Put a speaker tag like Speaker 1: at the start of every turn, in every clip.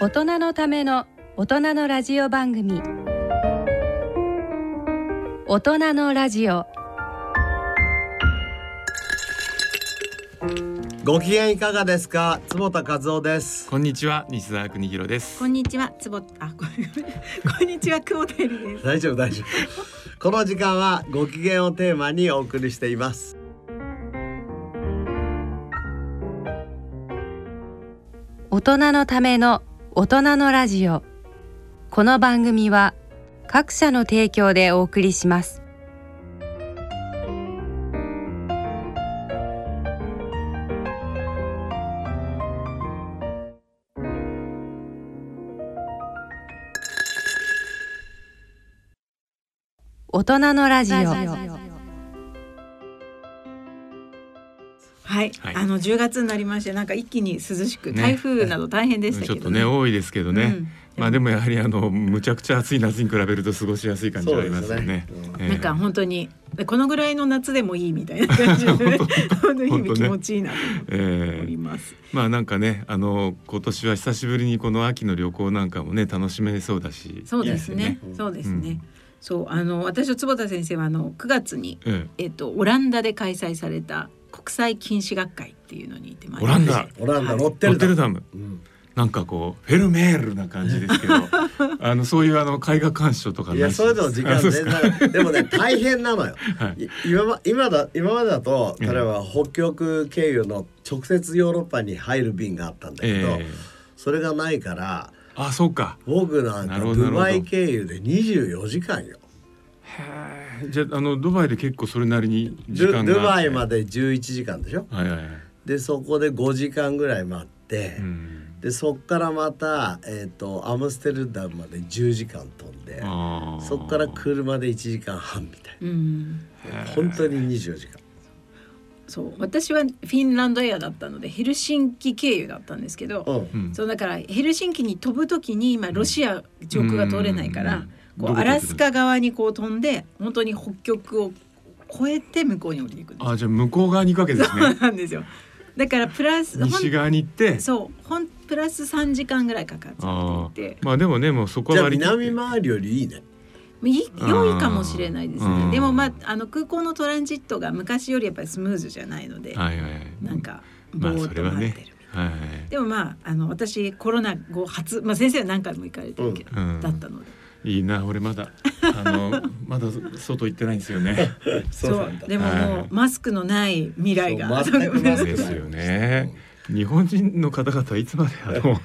Speaker 1: 大人のための大人のラジオ番組大人のラジオ
Speaker 2: ご機嫌いかがですか坪田和夫です
Speaker 3: こんにちは西澤邦弘です
Speaker 4: こ。んにちは、つぼ、あ、ここんに ちは、久保田恵里です。
Speaker 2: 大丈夫大丈夫この時間はご機嫌をテーマにお送りしています
Speaker 1: 大人のための大人のラジオこの番組は各社の提供でお送りします大人のラジオ
Speaker 4: はい、
Speaker 3: はい
Speaker 4: あの10月になりまして、なんか一気に涼しく、
Speaker 3: ね
Speaker 4: 台風など大変でした
Speaker 3: ちょっ
Speaker 4: けど
Speaker 3: とね多いですけどね。
Speaker 4: うん
Speaker 3: まあでもやはりあのむちゃくちゃ暑い夏に比べると過ごしやすい感じはありますよね。
Speaker 2: そうですね
Speaker 3: ええ
Speaker 4: なんか本当に、このぐらいの夏でもいいみたいな感 じで、ね、本当に日々気持ちいいなと思
Speaker 3: え
Speaker 4: い
Speaker 3: え
Speaker 4: ます。
Speaker 3: まあなんかねあの今年は久しぶりにこの秋の旅行なんかもね楽しめそうだし。
Speaker 4: そうです
Speaker 3: いい
Speaker 4: ね
Speaker 2: う、ん
Speaker 4: そうです
Speaker 3: う
Speaker 4: ね
Speaker 3: ん。
Speaker 4: そう、あの私と坪田先生はあの9月に、
Speaker 3: すよね。え
Speaker 4: えっとオランダで開催された国際禁止学会っていうのに行ってまいり
Speaker 3: オラ
Speaker 4: ま
Speaker 3: ン
Speaker 4: した。
Speaker 3: ダ
Speaker 2: オランダ
Speaker 4: はい
Speaker 2: ロッ
Speaker 3: え
Speaker 2: テ
Speaker 3: ロ
Speaker 2: ル
Speaker 3: ッテ
Speaker 2: ダ
Speaker 3: ル
Speaker 2: ム
Speaker 3: ダム
Speaker 2: うん
Speaker 3: なんかこうフェルメールな感じですけどあのそういうあの絵画鑑賞とか
Speaker 2: いや
Speaker 3: なし
Speaker 2: それでも時間
Speaker 3: あそう
Speaker 2: 全
Speaker 3: です
Speaker 2: 然
Speaker 3: か
Speaker 2: ででも ね大変なのよ、
Speaker 3: はい
Speaker 2: い今ま今だ今までだと
Speaker 3: え
Speaker 2: 例
Speaker 3: え
Speaker 2: えば北極経由の直接ヨーロッパに入る便があったんだけど、
Speaker 3: ええ
Speaker 2: それがないから
Speaker 3: あそうか。
Speaker 2: 僕なんか
Speaker 3: なるほど
Speaker 2: ド
Speaker 3: なるほど
Speaker 2: バイ経由で24時間よ
Speaker 3: へえじゃああのドバイで結構それなりに時
Speaker 2: ド
Speaker 3: 間があって
Speaker 2: ドバイまで11時間でしょ
Speaker 3: はいはいはい。
Speaker 2: でそこで5時間ぐらい待って、
Speaker 3: うん
Speaker 2: でそっからまた、えー、とアムステルダムまで10時間飛んで
Speaker 3: あー
Speaker 2: そっから車で1時間半みたい
Speaker 4: うん。
Speaker 2: な本当に24時間
Speaker 4: そう私はフィンランドエアだったのでヘルシンキ経由だったんですけど、
Speaker 2: うん
Speaker 3: うん
Speaker 4: そうだからヘルシンキに飛ぶ時に今ロシア上空が通れないから、
Speaker 3: うん
Speaker 4: こ
Speaker 3: ど
Speaker 4: う
Speaker 3: こ通っ
Speaker 4: ア
Speaker 3: てる
Speaker 4: ラスカ側にこう飛んで本当に北極を越えて向こうに降りていくんです
Speaker 3: あじゃあ向こう側に行くわけです
Speaker 4: そう
Speaker 3: ね。
Speaker 4: なんですよだからプラスほん
Speaker 3: 西側に行って。
Speaker 4: そうほんプラス3時間ぐらいかかっちゃっていて
Speaker 3: まあでもねもうそこ
Speaker 2: じ
Speaker 3: は
Speaker 2: ゃあ
Speaker 3: 割り切って
Speaker 2: 南回りよりいいね
Speaker 4: まあいい良いかもしれないです
Speaker 3: う
Speaker 4: ね
Speaker 3: ん
Speaker 4: でもまああの空港のトランジットが昔よりやっぱりスムーズじゃないので
Speaker 3: はいはいはい。
Speaker 4: なんか
Speaker 3: ま
Speaker 4: ぼ
Speaker 3: あ
Speaker 4: ー
Speaker 3: そ
Speaker 4: っ
Speaker 3: れ
Speaker 4: と
Speaker 3: は
Speaker 4: 待っ
Speaker 3: ね
Speaker 4: てる。
Speaker 3: はいはい。
Speaker 4: でもまああの私コロナ後初、まあ、先生は何回も行かれてるけど、
Speaker 3: うん
Speaker 4: だったので、
Speaker 3: いいな俺まだあの まだ外行ってないんですよね。
Speaker 4: でもも
Speaker 3: は
Speaker 4: う
Speaker 3: い
Speaker 4: マスクのない未来が
Speaker 2: そう全くマスク
Speaker 3: ですよね。日本人の方々はいつまであの道を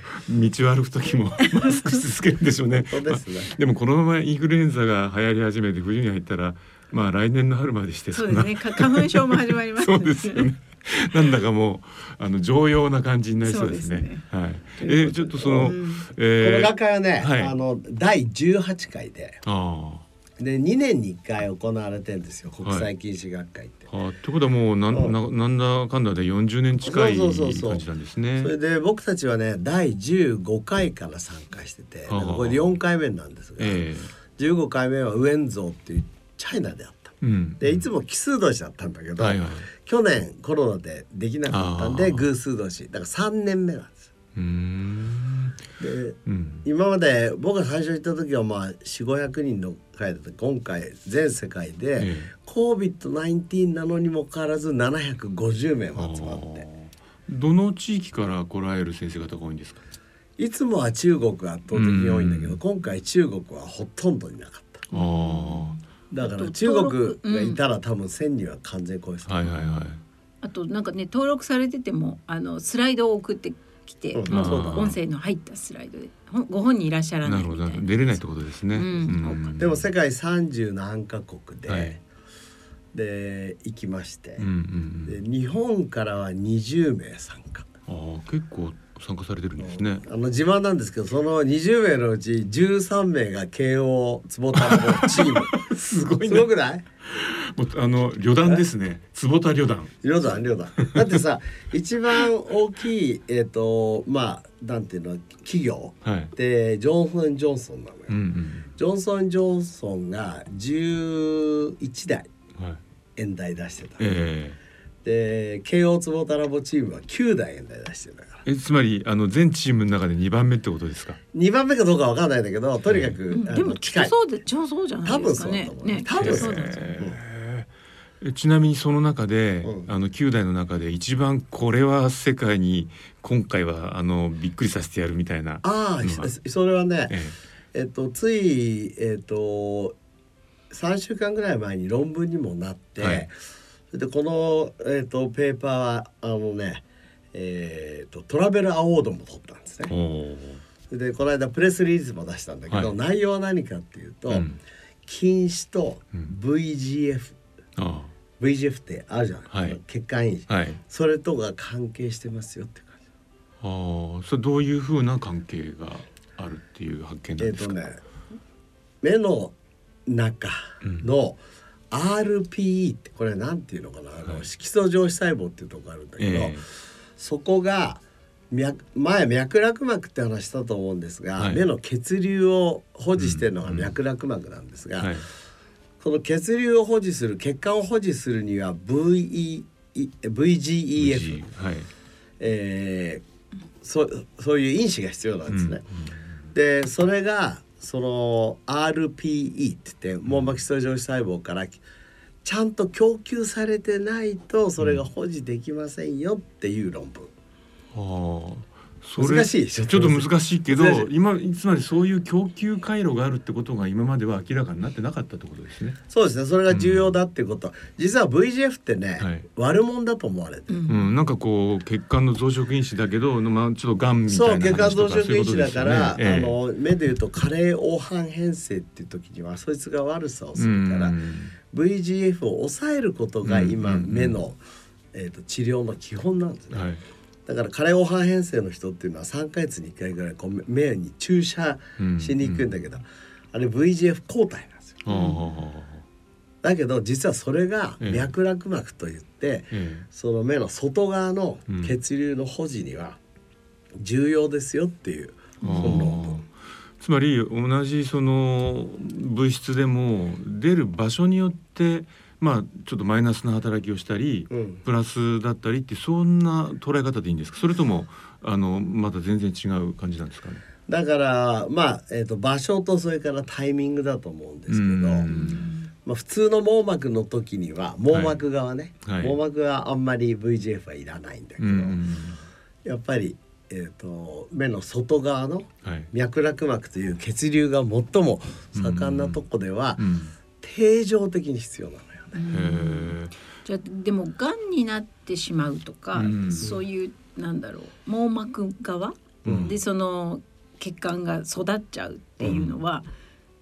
Speaker 3: 歩く時 もマスクし続けるんでしょうね。
Speaker 2: そうです ね
Speaker 3: まあでもこのままインフルエンザが流行り始めて冬に入ったらまあ来年の春までして
Speaker 4: そ
Speaker 3: そうう
Speaker 4: です
Speaker 3: な
Speaker 4: ねか花粉症も始ま ります
Speaker 3: そうですよね。 なんだかもうあの常用な感じになりそうですね。
Speaker 4: そうですね
Speaker 3: はい。
Speaker 2: とい
Speaker 3: え
Speaker 2: うことで
Speaker 3: ちょっとその、
Speaker 4: うん
Speaker 2: この
Speaker 3: え
Speaker 2: 学
Speaker 3: ー、
Speaker 2: 会はね、
Speaker 3: はい
Speaker 2: あの第18回で
Speaker 3: あ
Speaker 2: で2年に1回行われてんですよ国際禁止学会って。
Speaker 3: ああってことはもうなん
Speaker 2: うん
Speaker 3: ななんだかんだで40年近い
Speaker 2: そうそうそうそう
Speaker 3: 感じなんですね
Speaker 2: そ。れで僕たちはね第15回から参加しててだからこれで4回目なんですが、
Speaker 3: え
Speaker 2: 15回目はウェンゾーっていうチャイナであった
Speaker 3: えうん。
Speaker 2: でいつも奇数年だったんだけど、
Speaker 3: はいはい。
Speaker 2: 去年コロナでできなかったん
Speaker 3: あ
Speaker 2: で
Speaker 3: ー
Speaker 2: 偶数年だから3年目なんです
Speaker 3: うーん。
Speaker 2: で
Speaker 3: うん。
Speaker 2: 今まで僕が最初行った時はまあ4500人の会だった今回全世界で
Speaker 3: ええ
Speaker 2: COVID-19 なのにもかかわらず750名も集まって
Speaker 3: ああどの地域から来られる先生方が多いんですか。
Speaker 2: いつもは中国が圧倒的に多いんだけ
Speaker 3: う
Speaker 2: ど
Speaker 3: ん
Speaker 2: 今回中国はほとんどいなかった
Speaker 3: ああ
Speaker 2: だか
Speaker 4: あ
Speaker 2: ら
Speaker 4: と
Speaker 2: 中
Speaker 4: 登
Speaker 2: 国
Speaker 4: 録
Speaker 2: がいたら多分1000人は完全超えてた
Speaker 3: はいはいはい。
Speaker 4: あとなんかね登録されててもあのスライドを送ってきて、
Speaker 2: うん
Speaker 4: もう
Speaker 3: そうだね
Speaker 4: 音声の入ったスライドでほんご本人いらっしゃらな
Speaker 3: ないるほ
Speaker 4: み
Speaker 3: ど
Speaker 4: た
Speaker 3: なる
Speaker 4: いな
Speaker 3: ほど出れないってことですね。
Speaker 4: うん多
Speaker 2: でも世界30何カ国で、
Speaker 3: はい
Speaker 2: で行きまして
Speaker 3: うんう、ん
Speaker 2: で日本からは20名参加
Speaker 3: うん。ああ結構参加されてるんですね。
Speaker 2: あの自慢なんですけどその20名のうち13名が慶応坪田のチーム
Speaker 3: すごい
Speaker 2: す
Speaker 3: ね
Speaker 2: ご。くない
Speaker 3: もうあの旅団ですね。坪田旅団。
Speaker 2: りょうだりょうだだってさ一番大きいえっ、とまあなんていうの企業
Speaker 3: はい。
Speaker 2: でジョンソン・ジョンソンなのよ、
Speaker 3: うん
Speaker 2: ジョンソン・ジョンソンが11台
Speaker 3: うん。はい。
Speaker 2: 円台出してた、
Speaker 3: え
Speaker 2: で慶応坪田ラボチームは9台円台出してるんだから
Speaker 3: えつまりあの全チームの中で二番目ってことですか。
Speaker 2: 2番目かどうかわかんないんだけどとにかく、
Speaker 4: うん
Speaker 2: あ
Speaker 4: で
Speaker 2: の
Speaker 4: もきっ
Speaker 2: 近
Speaker 4: と
Speaker 2: い
Speaker 4: そうでちょそうじゃないですか
Speaker 2: 多分そうだ
Speaker 4: ね。
Speaker 2: と思う
Speaker 4: ね
Speaker 2: 多分そう
Speaker 4: きっと
Speaker 2: だ
Speaker 4: ですよね
Speaker 3: へーえちなみにその中で、
Speaker 2: うん
Speaker 3: あの9代の中で一番これは世界に今回はあのびっくりさせてやるみたいな。
Speaker 2: ああ、
Speaker 3: うん
Speaker 2: そそれはね
Speaker 3: え
Speaker 2: えっとついえっと3週間ぐらい前に論文にもなって、
Speaker 3: はい
Speaker 2: それでこの、えっとペーパーはあのね、えっとトラベルアワードも取ったんです
Speaker 3: え
Speaker 2: ね。そ
Speaker 3: おー
Speaker 2: れでこの間プレスリリースも出したんだけど、
Speaker 3: はい
Speaker 2: 内容は何かっていうと、
Speaker 3: うん
Speaker 2: 禁止と
Speaker 3: うん
Speaker 2: VGF、
Speaker 3: あ
Speaker 2: VGF ってあるじゃない、
Speaker 3: はい
Speaker 2: 血管維持、
Speaker 3: あはい。
Speaker 2: それとが関係してますよって感じ。
Speaker 3: ああそれどういうふうな関係があるっていう発見
Speaker 2: え
Speaker 3: なん
Speaker 2: っ、
Speaker 3: です
Speaker 2: と
Speaker 3: か。
Speaker 2: ね目の中の RPE ってこれなんていうのかな、あの
Speaker 3: はい
Speaker 2: 色素上皮細胞っていうとこがあるんだけど、
Speaker 3: え
Speaker 2: そこが脈前脈絡膜って話したと思うんですが、
Speaker 3: はい
Speaker 2: 目の血流を保持してるのが
Speaker 3: うん
Speaker 2: 脈絡膜なんです
Speaker 3: え
Speaker 2: が、
Speaker 3: はい。
Speaker 2: この血流を保持する血管を保持するには VE VGEF、
Speaker 3: VG はい。
Speaker 2: えーそそういう因子が必要なんですね。
Speaker 3: うん
Speaker 2: でそれがその RPE って言って網膜基礎上皮細胞からちゃんと供給されてないとそれが保持できませんよっていう論文。
Speaker 3: ああ、そ
Speaker 2: 難しい
Speaker 3: ち
Speaker 2: ち
Speaker 3: ょ
Speaker 2: ょ
Speaker 3: っ
Speaker 2: っ
Speaker 3: と
Speaker 2: と
Speaker 3: 難しいけど
Speaker 2: 難しい
Speaker 3: 今つまりそういう供給回路があるってことが今までは明らかになってなかったってことですね。
Speaker 2: そうですねそれが重要だっていうこと、実は VGF ってね、
Speaker 3: はい
Speaker 2: 悪者だと思われてる、
Speaker 3: う
Speaker 4: うん
Speaker 3: ん、なんかこう血管の増殖因子だけど、まあちょっと癌み
Speaker 2: そ
Speaker 3: たいうな
Speaker 2: 血管
Speaker 3: 話
Speaker 2: 増
Speaker 3: とかそう
Speaker 2: 殖
Speaker 3: いう
Speaker 2: 因
Speaker 3: こ
Speaker 2: 子
Speaker 3: とで
Speaker 2: だ
Speaker 3: すよ
Speaker 2: か
Speaker 3: ね。
Speaker 2: ら、
Speaker 3: ええ
Speaker 2: あの目でいうと加齢黄斑変性っていう時にはそいつが悪さをするから、
Speaker 3: うん
Speaker 2: VGF を抑えることが今、
Speaker 3: うんうんうん
Speaker 2: 目の、えー、と治療の基本なんですね。
Speaker 3: はい。
Speaker 2: だから加齢黄斑変性の人っていうのは3ヶ月に1回ぐらいこう目に注射しに行くんだけど、あれ VGF 抗体なんですよ。
Speaker 3: ああ、
Speaker 2: だけど実はそれが
Speaker 3: ええ
Speaker 2: 脈絡膜といって、
Speaker 3: え
Speaker 2: その目の外側の
Speaker 3: うん
Speaker 2: 血流の保持には重要ですよっていう、
Speaker 3: え。
Speaker 2: その論文
Speaker 3: ああつまり同じその物質でも出る場所によって、まあちょっとマイナスな働きをしたり、
Speaker 2: うん
Speaker 3: プラスだったりってそんな捉え方でいいんですかそれともあのまた全然違う感じなんですかね。
Speaker 2: だからまあ、えー、と場所とそれからタイミングだと思うんですけど、
Speaker 3: うん
Speaker 2: まあ、普通の網膜の時には網膜側ね、
Speaker 3: はいはい
Speaker 2: 網膜はあんまり VGF はいらないんだけ
Speaker 3: う
Speaker 2: ど、
Speaker 3: ん
Speaker 2: やっぱり、えー、と目の外側の
Speaker 3: はい。
Speaker 2: 脈絡膜という血流が最も盛んなとこでは、
Speaker 3: うん
Speaker 2: 定常的に必要なのよね。
Speaker 3: へ
Speaker 4: じゃあでもがんになってしまうとか、
Speaker 3: うん
Speaker 4: そういうなんだろう網膜側、
Speaker 3: うん
Speaker 4: でその血管が育っちゃうっていうのは、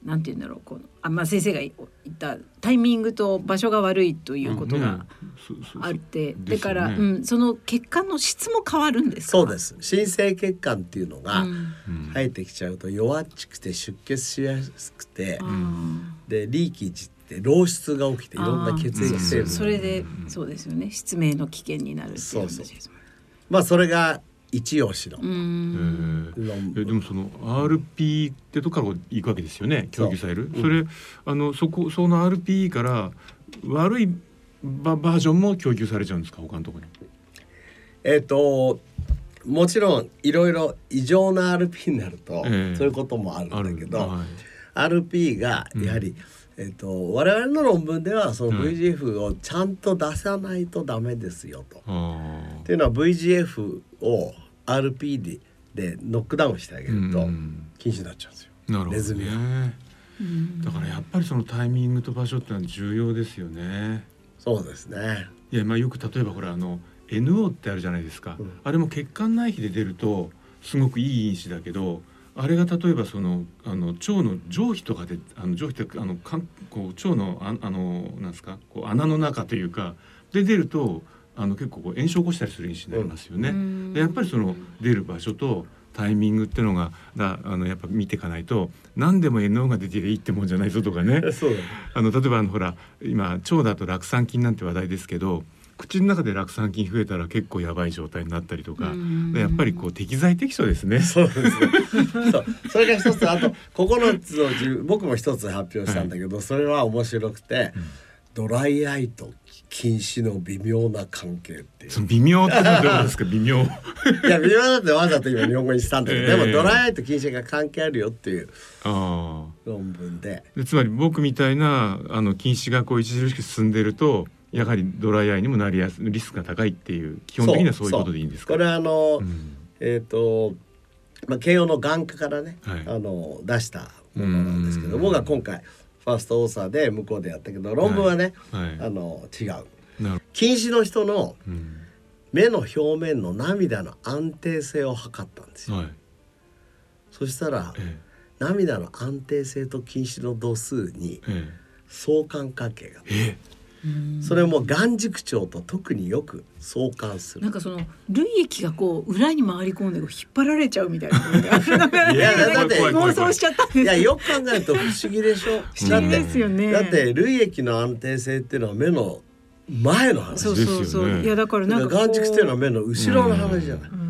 Speaker 4: なんて言うんだろうこのあまあ先生が言ったタイミングと場所が悪いと
Speaker 3: え
Speaker 4: いうこと
Speaker 3: ね
Speaker 4: が
Speaker 3: そうそう
Speaker 4: あ
Speaker 3: そ
Speaker 4: っ
Speaker 3: う
Speaker 4: て、
Speaker 3: ん
Speaker 4: だから、
Speaker 3: です
Speaker 4: う
Speaker 3: よね
Speaker 4: んその血管の質も変わるんですか。
Speaker 2: そうです新生血管っていうのが
Speaker 4: うん
Speaker 3: うん
Speaker 2: 生えてきちゃうと弱っちくて出血しやすくて
Speaker 4: あ
Speaker 2: でリーキージって漏出が起きていろんな血
Speaker 4: ー
Speaker 2: 液成
Speaker 4: そそ
Speaker 2: 分
Speaker 4: れでそうですよね失明の危険になるっていう話ですもんね
Speaker 2: まあそれが一押しの
Speaker 4: う
Speaker 3: へ
Speaker 4: ーん
Speaker 3: え
Speaker 2: 論
Speaker 3: えでも
Speaker 2: 文
Speaker 3: その RP ってとこから行くわけですよね
Speaker 2: そう
Speaker 3: 供給される
Speaker 2: うん
Speaker 3: それあのそこその RP から悪いババージョンも供給されちゃうんですか他のところに。
Speaker 2: えっ、ともちろんいろいろ異常な RP になると、
Speaker 3: ええ
Speaker 2: そういうこともあるんだけど、
Speaker 3: はい
Speaker 2: RP がやはり、えっと我々の論文ではその
Speaker 3: はい
Speaker 2: VGF をちゃんと出さないとダメですよと。
Speaker 3: あー
Speaker 2: っていうのは VGF を RP ででノックダウンしてあげると
Speaker 3: うん
Speaker 2: 禁止になっちゃうんですよ。
Speaker 3: なるほ
Speaker 2: ネズ
Speaker 3: ど
Speaker 2: ミ
Speaker 3: ね。だからやっぱりそのタイミングと場所ってのは重要ですよね。
Speaker 2: そうですね。
Speaker 3: いやまあよく例えばこれあの NO ってあるじゃないですか、
Speaker 2: うん
Speaker 3: あれも血管内皮で出るとすごくいい因子だけどあれが例えばそのあの腸の上皮とかであの上皮ってあのかんこう腸のああのなんですかこう穴の中というかで出るとあの結構こう炎症を起こしたりする因子になりますよね。
Speaker 4: うん
Speaker 3: でやっぱりその出る場所とタイミングってのがだあのやっぱ見ていかないと何でも NO が出ていいってもんじゃないぞとかね
Speaker 2: そうだね。
Speaker 3: あの例えばあのほら今腸だと酪酸菌なんて話題ですけど口の中で酪酸菌増えたら結構やばい状態になったりとか
Speaker 4: うん
Speaker 3: やっぱりこう適材適所ですね。
Speaker 2: そうですね。そう。それが一つあと9つの自分僕も一つ発表したんだけど、それは面白くて、ドライアイと近視の微妙な関係っていう
Speaker 3: その微妙ってのはどうですか微妙
Speaker 2: いや微妙だってわざと今日本語にしたんだけど、
Speaker 3: ええ
Speaker 2: でもドライアイと近視が関係あるよっていう
Speaker 3: ああ
Speaker 2: 論文で
Speaker 3: でつまり僕みたいなあの近視がこう著しく進んでるとやはりドライアイにもなりやすリスクが高いっていう基本的にはそういうことでいいんですか
Speaker 2: そうこれはあの、
Speaker 3: うん
Speaker 2: えっ、と、まあ、慶応の眼科からね、
Speaker 3: はい
Speaker 2: あの出したものなんですけど
Speaker 3: うん
Speaker 2: 僕は今回ファーストオーサーで向こうでやったけど論文はね、
Speaker 3: はい
Speaker 2: あの違う
Speaker 3: なる
Speaker 2: 近視の人の
Speaker 3: うん
Speaker 2: 目の表面の涙の安定性を測ったんですよ、
Speaker 3: はい
Speaker 2: そしたら
Speaker 3: え
Speaker 2: 涙の安定性と近視の度数に
Speaker 3: ええ
Speaker 2: 相関関係がある
Speaker 3: ええ
Speaker 2: それも眼軸長と特によく相関する
Speaker 4: なんかその涙液がこう裏に回り込んでこう引っ張られちゃうみたいなのがなんか
Speaker 2: いやだって
Speaker 4: 妄想しちゃったんです
Speaker 2: いやよく考えると不思議でしょ
Speaker 4: 不思議ですよね
Speaker 2: だって涙液の安定性っていうのは目の前の話
Speaker 4: そうそう
Speaker 3: です
Speaker 4: そ
Speaker 3: よ
Speaker 4: う、
Speaker 3: ね
Speaker 4: いやだから
Speaker 2: だ
Speaker 4: な
Speaker 2: から
Speaker 4: んかこ
Speaker 2: 眼
Speaker 4: う
Speaker 2: 軸っていうのは目の後ろの話じゃない、
Speaker 4: うん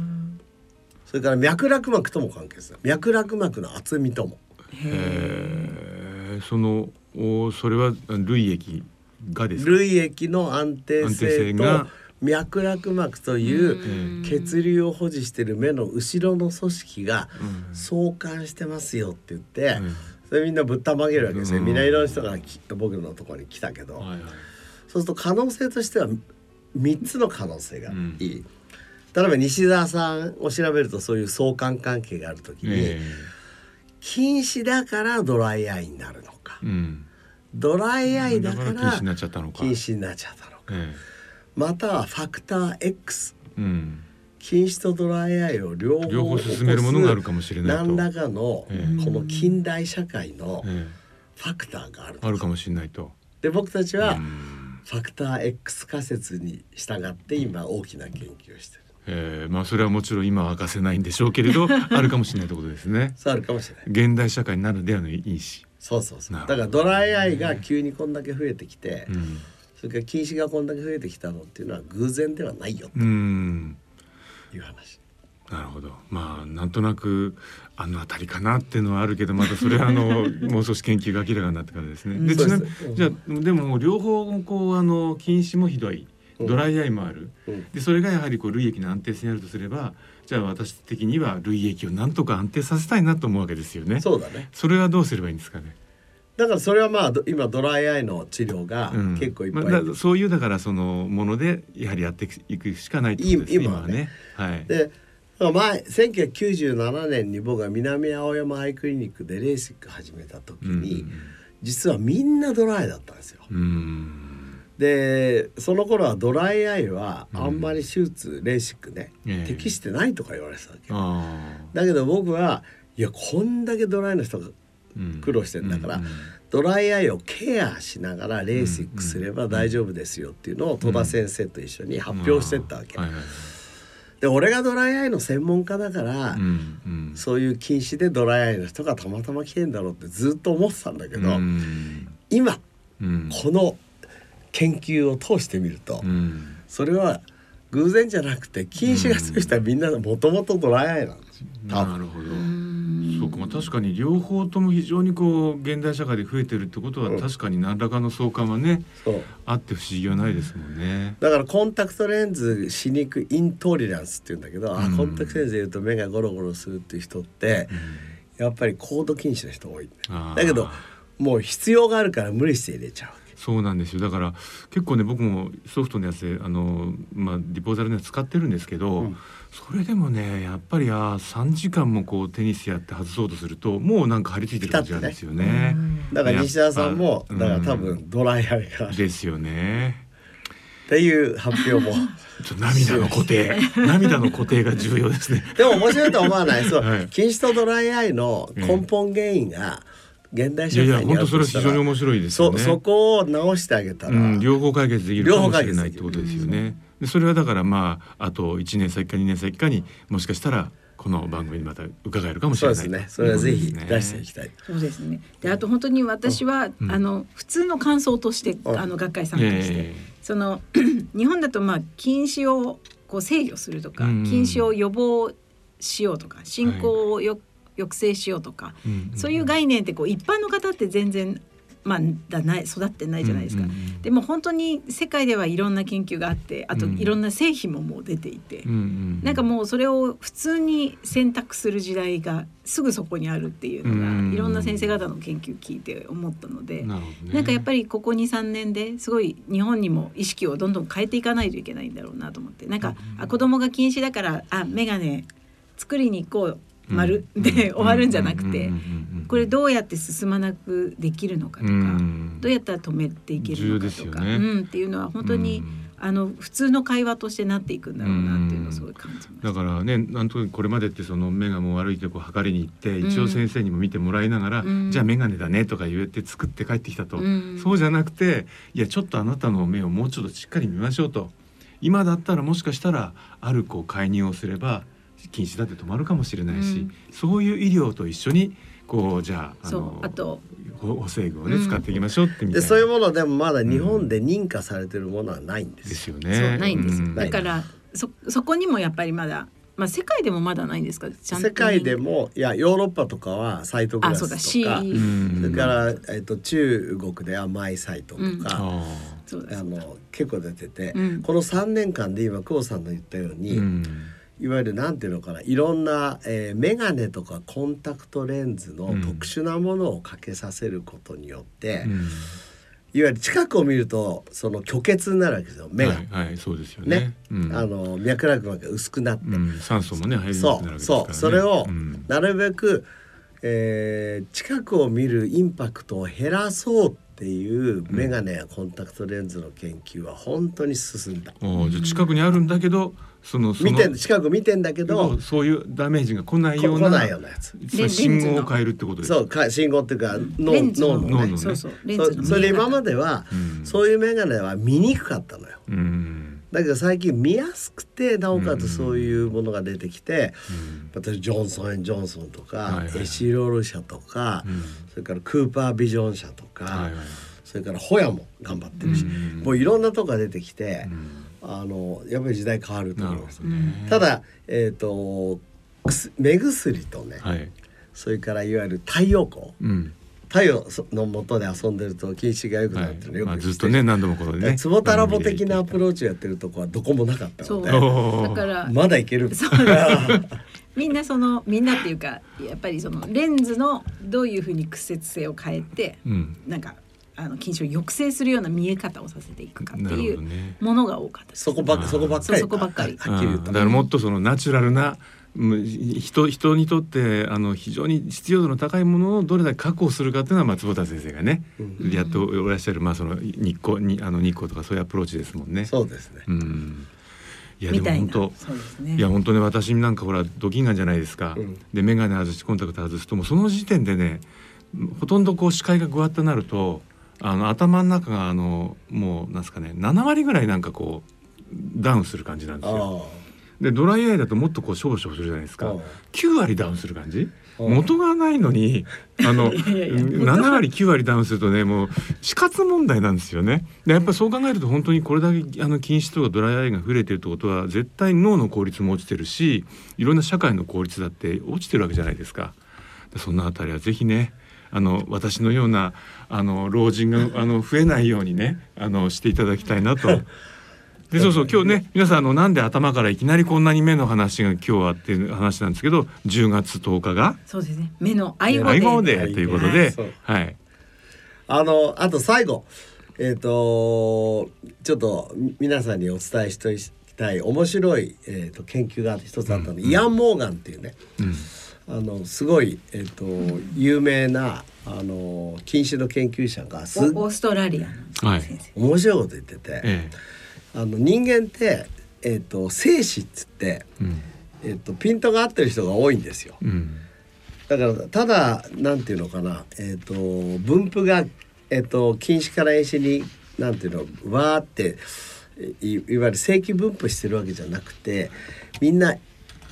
Speaker 2: それから脈絡膜とも関係する脈絡膜の厚みとも
Speaker 3: ええそのおそれは類液がですか、
Speaker 2: 涙液の安定性
Speaker 3: 安定性
Speaker 2: と
Speaker 3: が
Speaker 2: 脈絡膜という血流を保持している目の後ろの組織が
Speaker 3: うん
Speaker 2: 相関してますよって言って、
Speaker 3: うん
Speaker 2: それみんなぶったまげるわけですよ、
Speaker 3: うん
Speaker 2: みんないろんな人がき僕のところに来たけど、
Speaker 3: はいはい
Speaker 2: そうすると可能性としては3つの可能性が
Speaker 3: うん
Speaker 2: いい、例えば西澤さんを調べるとそういう相関関係がある時に、
Speaker 3: え
Speaker 2: 近視だからドライアイになるのか
Speaker 3: えうん
Speaker 2: ドライアイだか
Speaker 3: だから近
Speaker 2: ら
Speaker 3: 視になっちゃったのか
Speaker 2: 近視になっちゃったのか
Speaker 3: え
Speaker 2: またはファクター X
Speaker 3: えうん
Speaker 2: 近視とドライアイを両方
Speaker 3: 両方進めるものがあるかもしれないと
Speaker 2: 何らかのこ
Speaker 3: え
Speaker 4: え
Speaker 2: の近代社会の
Speaker 3: え
Speaker 2: ファクターがある
Speaker 3: えあるかもしれないと。
Speaker 2: で僕たち
Speaker 3: う
Speaker 2: は
Speaker 3: ん
Speaker 2: ファクター X 仮説に従って今大きな研究をしてる
Speaker 3: ええまあそれはもちろん今は明かせないんでしょうけれど あるかもしれないってことですね。
Speaker 2: そうあるかもしれない
Speaker 3: 現代社会ならではのいいし、
Speaker 2: そうそうそう
Speaker 3: な
Speaker 2: だ
Speaker 3: る
Speaker 2: からドライアイが急にこんだけ増えてきて、
Speaker 3: うん
Speaker 2: それから近視がこんだけ増えてきたのっていうのは偶然ではないよ
Speaker 3: うん
Speaker 2: っていう話
Speaker 3: なるほどまあなんとなくあの辺りかなっていうのはあるけどまたそれはあ の妄想し研究が明らかになってからですね。で
Speaker 2: そう
Speaker 3: ち
Speaker 2: で
Speaker 3: な
Speaker 2: す
Speaker 3: みにじゃあでも両方こうあの近視もひどい
Speaker 2: うん
Speaker 3: ドライアイもある、
Speaker 2: うん
Speaker 3: でそれがやはりこう類液の安定性にあるとすればじゃあ私的には類液をなんとか安定させたいなと思うわけですよね。
Speaker 2: そうだね
Speaker 3: それはどうすればいいんですかね。
Speaker 2: だからそれはまあど今ドライアイの治療が
Speaker 3: うん
Speaker 2: 結構いっぱい、
Speaker 3: まあだそういうだからそのものでやはりやっていくしかないってことですね。
Speaker 2: 今はね
Speaker 3: 今はね。はい。
Speaker 2: でだから前1997年に僕が南青山アイクリニックでレーシック始めた時
Speaker 3: うん
Speaker 2: に、実はみんなドライだったんですよ
Speaker 3: うん。
Speaker 2: でその頃はドライアイはあんまり手術、レーシックね、
Speaker 3: ええ
Speaker 2: 適してないとか言われてたわけ
Speaker 3: ああ。
Speaker 2: だけど僕はいやこんだけドライの人が
Speaker 3: うん
Speaker 2: 苦労してんだから
Speaker 3: うん
Speaker 2: ドライアイをケアしながらレーシックすれば大丈夫ですよっていうのを戸田先生と一緒に発表してったわけ、
Speaker 3: うんはいはい
Speaker 2: で俺がドライアイの専門家だから、
Speaker 3: うんうん
Speaker 2: そういう禁止でドライアイの人がたまたま来てんだろうってずっと思ってたんだけど、
Speaker 3: うん
Speaker 2: 今
Speaker 3: うん
Speaker 2: この研究を通してみると、
Speaker 3: うん
Speaker 2: それは偶然じゃなくて禁止がつく人はみんなもともとドライアイなんですよ。多分
Speaker 3: なるほど。
Speaker 4: うん
Speaker 3: そうか、まあ、確かに両方とも非常にこう現代社会で増えてるってことは
Speaker 2: うん
Speaker 3: 確かに何らかの相関はね
Speaker 2: そう
Speaker 3: あって不思議はないですもんね。
Speaker 2: だからコンタクトレンズしにくいイントリランスっていうんだけど、あ
Speaker 3: うん
Speaker 2: コンタクトレンズ入れると目がゴロゴロするっていう人って、やっぱり高度近視の人多いんだよ
Speaker 3: あー
Speaker 2: だけどもう必要があるから無理して入れちゃう
Speaker 3: そうなんですよだから結構ね僕もソフトのやつであの、まあ、リポーザルのやつ使ってるんですけど、
Speaker 2: うん
Speaker 3: それでもねやっぱりあー3時間もこうテニスやって外そうとするともうなんか張り付いてる感じなんですよね。
Speaker 2: だから西田さんも
Speaker 3: やっ
Speaker 2: だ
Speaker 3: ぱ
Speaker 2: から多分ドライアイがある
Speaker 3: ですよね。
Speaker 2: っていう発表も
Speaker 3: ちょ涙の固定涙の固定が重要ですね。
Speaker 2: でも面白いと思わないそう、
Speaker 3: はい
Speaker 2: 近視とドライアイの根本原因が現代
Speaker 3: い
Speaker 2: 社
Speaker 3: や
Speaker 2: 会
Speaker 3: い
Speaker 2: にあ
Speaker 3: や
Speaker 2: る
Speaker 3: 本当それは
Speaker 2: とした
Speaker 3: 非
Speaker 2: ら
Speaker 3: 常に面白いですよね。
Speaker 2: そそこを直してあげたら、
Speaker 3: うん、両方解決できるかもしれない
Speaker 2: 両方解決で
Speaker 3: っ
Speaker 2: きる
Speaker 3: てことですよね。でそれはだからまああと1年先か2年先かにもしかしたらこの番組にまた伺えるかもし
Speaker 2: そ
Speaker 3: れ
Speaker 2: うで
Speaker 3: ない
Speaker 2: す
Speaker 3: と
Speaker 2: ねそれはぜひ
Speaker 3: ということ
Speaker 2: 出していき
Speaker 3: ですね
Speaker 2: たい、
Speaker 4: そうですね。であと本当に私は、
Speaker 3: うん
Speaker 4: あの普通の感想として、
Speaker 2: うん
Speaker 4: あの学会参加して、
Speaker 3: え
Speaker 4: その 日本だとまあ禁止をこう制御するとか、
Speaker 3: うん
Speaker 4: 禁止を予防しようとか進行をよ、抑制しようとか、
Speaker 3: えうん
Speaker 4: そういう概念ってこう一般の方って全然まあだない育ってないじゃないですか。
Speaker 3: うんうんうん
Speaker 4: でも本当に世界ではいろんな研究があってあと
Speaker 3: うん
Speaker 4: いろんな製品ももう出ていて、
Speaker 3: うんうん、
Speaker 4: なんかもうそれを普通に選択する時代がすぐそこにあるっていうのが、
Speaker 3: うん
Speaker 4: いろんな先生方の研究聞いて思ったので、
Speaker 3: なるほどね
Speaker 4: なんかやっぱりここ23年ですごい日本にも意識をどんどん変えていかないといけないんだろうなと思ってなんか、あ子供が禁止だからあ眼鏡作りに行こう丸で終わるんじゃなくて、これどうやって進まなくできるのかとか、どうやったら止めていけるのか
Speaker 3: 重
Speaker 4: と
Speaker 3: 要
Speaker 4: か、
Speaker 3: ですよね
Speaker 4: うん、っていうのは本当に、あの普通の会話としてなっていくんだろうなっていうのをすごい感じました。
Speaker 3: だからねなんとなくこれまでってその目がもう悪いってこう測りに行って一応先生にも見てもらいながら、
Speaker 4: うん
Speaker 3: じゃあ眼鏡だねとか言って作って帰ってきたと、
Speaker 4: うん
Speaker 3: そうじゃなくていやちょっとあなたの目をもうちょっとしっかり見ましょうと今だったらもしかしたらあるこう介入をすれば禁止だって止まるかもしれないし、
Speaker 4: うん
Speaker 3: そういう医療と一緒にこうじゃああ
Speaker 4: そうあと
Speaker 3: 補補正具をね、
Speaker 4: うん
Speaker 3: 使っていきましょうってみ
Speaker 2: で
Speaker 3: たいな。
Speaker 2: そういうものでもまだ日本で認可されてるものはないんで
Speaker 3: ですす
Speaker 2: よ。
Speaker 3: よね。
Speaker 4: そうないんですよ、
Speaker 3: う
Speaker 4: だからそそこにもやっぱりまだまあ世界でもまだないんですかちゃんと
Speaker 2: 世界でもいやヨーロッパとかはサイトグラ
Speaker 4: あ
Speaker 2: ス
Speaker 4: そう
Speaker 2: と
Speaker 4: だ
Speaker 2: か
Speaker 4: C
Speaker 2: それ
Speaker 3: うん
Speaker 2: から、えっと中国ではマイサイトと
Speaker 4: うん
Speaker 2: か、
Speaker 3: あ
Speaker 4: そうだ
Speaker 2: あの結構出てて、
Speaker 4: うん
Speaker 2: この3年間で今久保さんの言ったように、
Speaker 3: ーうん
Speaker 2: いわゆるなんていうのかないろんな、えー、メガネとかコンタクトレンズの
Speaker 3: うん
Speaker 2: 特殊なものをかけさせることによって、
Speaker 3: うん
Speaker 2: いわゆる近くを見るとその虚血になるわけですよ目が。
Speaker 3: はい、はい、そうですよね
Speaker 2: ね。
Speaker 3: うん
Speaker 2: あの脈絡膜が薄くなって、
Speaker 3: うん、酸素もね入りにくくなる
Speaker 2: そう
Speaker 3: わけですから
Speaker 2: そ
Speaker 3: ね。
Speaker 2: うそれを
Speaker 3: うん
Speaker 2: なるべく、えー近くを見るインパクトを減らそうっていうメガネやコンタクトレンズの研究は本当に進んだ。
Speaker 3: おーじゃあ近くにあるんだけどそのその
Speaker 2: 見てん近く見てんだけどこ
Speaker 3: そういうダメージが来ないよう
Speaker 2: 来
Speaker 3: な
Speaker 2: ないようなやつ。
Speaker 3: その信号を変えるってことです
Speaker 2: そうか信号っていうか脳
Speaker 4: レンズの
Speaker 2: 脳の
Speaker 3: 脳の
Speaker 2: ね。
Speaker 4: そうそうレンズの
Speaker 2: そそれで今ま
Speaker 4: で
Speaker 2: では、
Speaker 3: うん
Speaker 2: そういう眼鏡は見にくかったのよ。
Speaker 3: うんうん
Speaker 2: だけど最近見やすくてなおか
Speaker 3: うん
Speaker 2: つそういうものが出てきて、私ジョンソン・ジョンソンとか、
Speaker 3: はいはい
Speaker 2: エシロール社とか、
Speaker 3: うん
Speaker 2: それからクーパービジョン社とか、
Speaker 3: はいはい
Speaker 2: それからホヤも頑張ってるし、
Speaker 3: うん
Speaker 2: もういろんなとこが出てきて
Speaker 3: う、ん
Speaker 2: あのやっぱり時代変わると
Speaker 3: な
Speaker 2: 思
Speaker 3: る
Speaker 2: い
Speaker 3: ほ
Speaker 2: ます。
Speaker 3: どね。
Speaker 2: ただ、えー、とくす目薬とね、
Speaker 3: はい、
Speaker 2: それからいわゆる太陽光
Speaker 3: うん、
Speaker 2: 太陽の元で遊んでると近視が良くな
Speaker 3: は
Speaker 2: るっていうの
Speaker 3: い、
Speaker 2: よく
Speaker 3: まあ
Speaker 2: 言て
Speaker 3: ずっとね何度もこのね。
Speaker 2: ツボタラボ的なアプローチをやってるとこはどこもなかったの
Speaker 4: そう
Speaker 2: で
Speaker 4: だ
Speaker 3: おー
Speaker 4: から
Speaker 2: まだいける
Speaker 4: そうですみんなそのみんなっていうかやっぱりそのレンズのどういうふうに屈折性を変えて
Speaker 3: うん、
Speaker 4: なんかあの近視を抑制するような見え方をさせていくかって
Speaker 3: なる
Speaker 4: い
Speaker 3: ほど
Speaker 4: う
Speaker 3: ね。
Speaker 4: ものが多かったです
Speaker 2: そこばっ
Speaker 3: あ
Speaker 2: か
Speaker 3: ー
Speaker 2: そこばっか
Speaker 4: そう
Speaker 2: り
Speaker 4: そこばっかり
Speaker 2: ははっきり言う
Speaker 3: うん
Speaker 2: と
Speaker 3: だからもっとそのナチュラルなうん人人にとってあの非常に必要度の高いものをどれだけ確保するかっていうのは松本先生がね、
Speaker 2: うん
Speaker 3: やっておらっしゃる、まあ、その日光にあの日光とかそういうアプローチですもんね。
Speaker 2: そうですね
Speaker 3: うん、いやで
Speaker 4: み
Speaker 3: も
Speaker 4: たい
Speaker 3: 本
Speaker 4: な
Speaker 3: 当
Speaker 4: そうですね
Speaker 3: いや本当ね私なんかほらドキンガンじゃないですか、
Speaker 2: うん
Speaker 3: で眼鏡外してコンタクト外すともうその時点でねほとんどこう視界がぐわっとなるとあの頭の中があのもうなんすかね7割ぐらいなんかこうダウンする感じなんですよ。
Speaker 2: あ
Speaker 3: でドライアイだともっとこうしょぼしょぼするじゃないです
Speaker 2: あ
Speaker 3: か
Speaker 2: うん
Speaker 3: 9割ダウンする感じ
Speaker 2: うん
Speaker 3: 元がないのにあの
Speaker 4: いやいや
Speaker 3: 7割9割ダウンするとねもう死活問題なんですよねでやっぱりそう考えると本当にこれだけあの禁止とかドライアイが増えてるってことは絶対脳の効率も落ちてるしいろんな社会の効率だって落ちてるわけじゃないですか。でそのあたりはぜひねあの私のようなあの老人があの増えないようにねあのしていただきたいなと。でそうそう今日ね皆さんあのなんで頭からいきなりこんなに目の話が今日はっていう話なんですけど10月10日が
Speaker 4: そうですね目の愛
Speaker 3: 愛
Speaker 4: 護
Speaker 3: 護
Speaker 4: で
Speaker 3: デーということで
Speaker 2: そう、
Speaker 3: はい、
Speaker 2: あのあと最後えっ、とちょっとみ皆さんにお伝えしておきたい面白い、えー、と研究が一つあったの、イアン・モーガンっていうね
Speaker 3: うん、
Speaker 2: あのすごい、えー、と有名なあの近視の研究者がすっ
Speaker 4: オーストラリアの先生、
Speaker 2: 面白いこと言ってて、
Speaker 3: え
Speaker 2: あの人間って、えー、と生死っつって、
Speaker 3: え、うん、
Speaker 2: えー、とピントが合ってる人が多いんですよ。
Speaker 3: うん、
Speaker 2: だからただなんていうのかな、えー、と分布が、えー、と近視から遠視になんていうのわーっていいわゆる正規分布してるわけじゃなくてみんな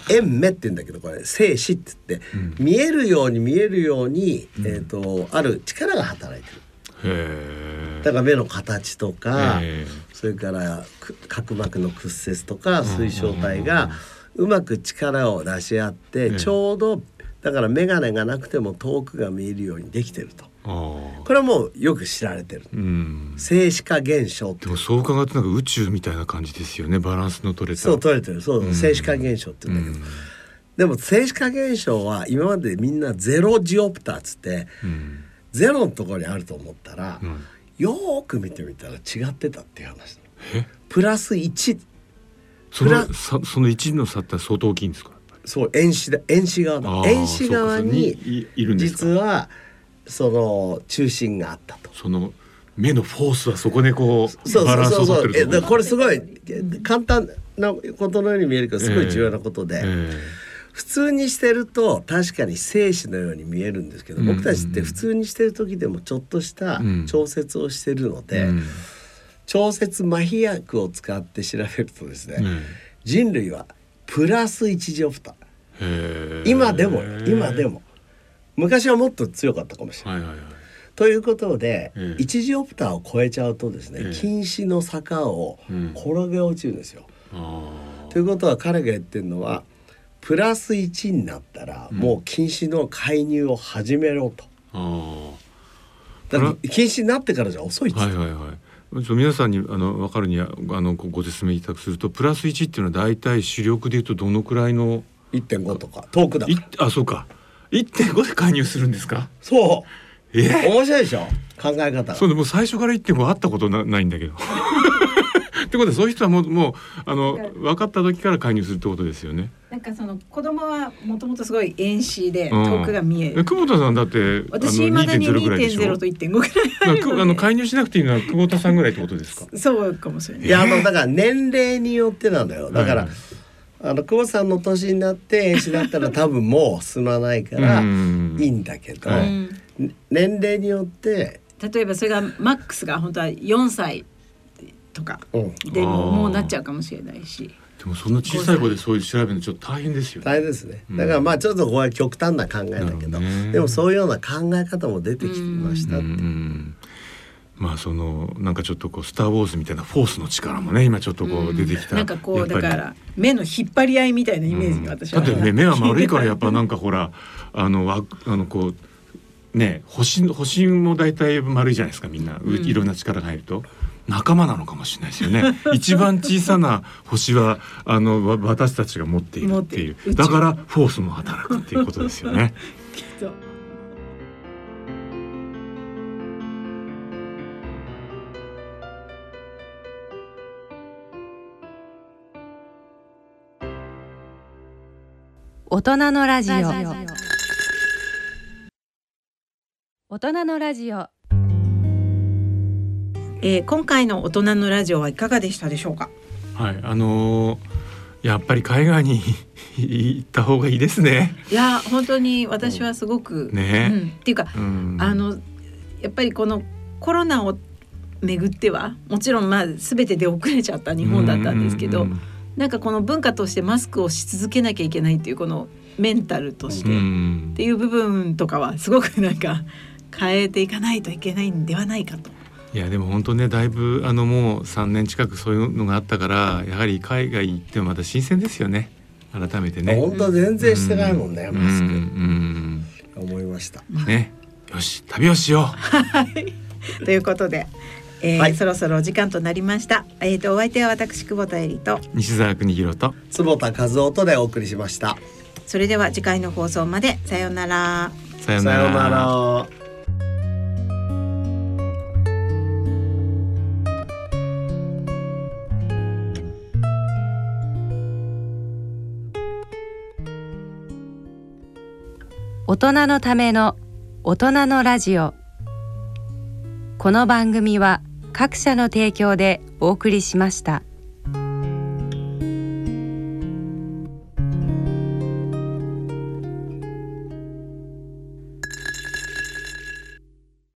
Speaker 2: 円目って言うんだけどこれ正視って言って、見えるように見えるように、えー、とある力が働いてる。
Speaker 3: へえ、
Speaker 2: だから目の形とか、
Speaker 3: ええ
Speaker 2: それからく角膜の屈折とか水晶体がうまく力を出し合って、
Speaker 3: ええ
Speaker 2: ちょうどだから眼鏡がなくても遠くが見えるようにできてると。
Speaker 3: あああ
Speaker 2: これはもうよく知られてる
Speaker 3: うん
Speaker 2: 静止化現象って
Speaker 3: でもそう伺ってなんか宇宙みたいな感じですよねバランスの取れた
Speaker 2: そう取れてるそう、
Speaker 3: うん
Speaker 2: 静止化現象って言うんだけど、でも静止化現象は今までみんなゼロジオプターっつって
Speaker 3: うん
Speaker 2: ゼロのところにあると思ったら、
Speaker 3: うん
Speaker 2: よーく見てみたら違ってたっていう話
Speaker 3: え
Speaker 2: プラス1
Speaker 3: そ
Speaker 2: プラ
Speaker 3: のさその一の差って相当大きいんですか
Speaker 2: そう遠視だ遠視側
Speaker 3: あ
Speaker 2: だ
Speaker 3: あ
Speaker 2: 遠視側
Speaker 3: そうか
Speaker 2: に
Speaker 3: そういいるんですか
Speaker 2: 実はその中心があったと。
Speaker 3: その目のフォースはそこでこ
Speaker 2: そう
Speaker 3: うバ
Speaker 2: そう
Speaker 3: ランス
Speaker 2: そう
Speaker 3: を取っ
Speaker 2: そ
Speaker 3: て
Speaker 2: う
Speaker 3: る
Speaker 2: え
Speaker 3: と
Speaker 2: だから
Speaker 3: 思
Speaker 2: こ
Speaker 3: う
Speaker 2: れすごい簡単なことのように見えるけどすごい重要なことで、
Speaker 3: え
Speaker 2: 普通にしてると確かに静止のように見えるんですけど、
Speaker 3: うん
Speaker 2: 僕たちって普通にしてる時でもちょっとした
Speaker 3: うん
Speaker 2: 調節をしてるの
Speaker 3: え
Speaker 2: で、
Speaker 3: うん
Speaker 2: 調節麻痺薬を使って調べるとですね、
Speaker 3: え
Speaker 2: 人類はプラス1ジオプター
Speaker 3: えへえ
Speaker 2: 今でもよ今でも昔はもっと強かったかもしれない。
Speaker 3: はいはいはい
Speaker 2: ということで、
Speaker 3: ええ
Speaker 2: 1ジオプターを超えちゃうとですね、
Speaker 3: ええ
Speaker 2: 禁止の坂を
Speaker 3: うん
Speaker 2: 転げ落ちるんですよ。
Speaker 3: あ
Speaker 2: ということは彼が言ってるのはプラス1になったらもう禁止の介入を始めろと。
Speaker 3: あああ
Speaker 2: だって禁止になってからじゃ遅いっつって
Speaker 3: はいはいはい。ちょっと皆さんにあの分かるにああのごご説明いただくするとプラス1っていうのは大体視力でいうとどのくらいの
Speaker 2: 1.5とか遠くだか
Speaker 3: い
Speaker 2: ら
Speaker 3: あそうか1.5で介入するんですか
Speaker 2: そ
Speaker 3: え
Speaker 2: う
Speaker 3: え
Speaker 2: 面白いでしょ考え方
Speaker 3: そうでもう最初から1.5あったことなないんだけど。 ってことはそういう人はもうもうあの分かった時から介入するってことですよね。
Speaker 4: なんかその子供はもともとすごい遠視で
Speaker 3: うん
Speaker 4: 遠くが見
Speaker 3: え
Speaker 4: える。
Speaker 3: 久保田さんだってあの
Speaker 4: 私いまだに
Speaker 3: 2.0ぐらいでしょ。
Speaker 4: 2.0と1.5ぐらいあ
Speaker 3: だ
Speaker 4: る
Speaker 3: か
Speaker 4: の
Speaker 3: ら
Speaker 4: で
Speaker 3: あの介入しなくていいのは久保田さんぐらいってことですか。
Speaker 4: そうかもしれないい。
Speaker 2: やあのだから年齢によってなのよだから、
Speaker 3: はい
Speaker 2: あの久保さんの年になって遠視だったら多分もう進まないから
Speaker 3: う
Speaker 2: い
Speaker 3: ん
Speaker 2: いんだけど、
Speaker 3: は
Speaker 4: う
Speaker 3: い
Speaker 4: ん
Speaker 2: ね年齢によって、
Speaker 4: 例えばそれがマックスが本当は4歳とか
Speaker 2: うん、
Speaker 4: でも
Speaker 3: あー
Speaker 4: もうなっちゃうかもしれないし。
Speaker 3: でもそんな小さい子でそういう調べるのちょっと大変ですよね。
Speaker 2: 大変ですねだからまあちょっとこれは極端な考えだけど
Speaker 3: なるほどね
Speaker 2: でもそういうような考え方も出てきましたって
Speaker 3: うんうんまあそのなんかちょっとこう「スター・ウォーズ」みたいなフォースの力もね今ちょっとこう出てきた、
Speaker 4: なんかこ
Speaker 3: や
Speaker 4: う
Speaker 3: っぱ
Speaker 4: だ
Speaker 3: り
Speaker 4: から目の引っ張り合いみたいなイメージが私は、
Speaker 3: うんだ ってね目は丸いからやっぱなんかほらあのわあのこうね星星も大体丸いじゃないですかみんな、う
Speaker 4: うん
Speaker 3: いろんな力が入ると。仲間なのかもしれないですよ ね。一番小さな星はあのわ私たちが持っているっていう
Speaker 4: 持っている宇宙
Speaker 3: だからフォースも働くっていうことですよね。
Speaker 4: きっと
Speaker 1: 大人のラジオ大人のラジオ
Speaker 4: えー今回の大人のラジオはいかがでしたでしょうか。
Speaker 3: はい、あのーやっぱり海外に 行った方がいいですね。
Speaker 4: いやー本当に私はすごく、
Speaker 3: ね
Speaker 4: うんっていうか、
Speaker 3: うん、
Speaker 4: あのやっぱりこのコロナをめぐってはもちろんまあ全てで遅れちゃった日本だったんですけど、
Speaker 3: うん
Speaker 4: なんかこの文化としてマスクをし続けなきゃいけないっていうこのメンタルとして、
Speaker 3: う
Speaker 4: っ
Speaker 3: ん
Speaker 4: ていう部分とかはすごくなんか変えていかないといけないんではないかと。
Speaker 3: いやでも本当ねだいぶあのもう3年近くそういうのがあったからやはり海外行ってもまた新鮮ですよね改めてね。
Speaker 2: 本当全然してないもんね、
Speaker 3: うん
Speaker 2: マス
Speaker 3: う
Speaker 2: ク
Speaker 3: ん
Speaker 2: 思いました。
Speaker 3: うんねよし旅をしよ
Speaker 4: ということで、えー
Speaker 2: はい
Speaker 4: そろそろお時間となりました。えっ、とお相手は私久保田恵里と
Speaker 3: う西澤邦弘と
Speaker 2: 坪田和夫とでお送りしました。
Speaker 4: それでは次回の放送までさようなら。
Speaker 3: さよう
Speaker 2: さ
Speaker 3: な
Speaker 2: ような
Speaker 3: ら。
Speaker 2: ら。
Speaker 1: 大人のための大人のラジオこの番組は各社の提供でお送りしました。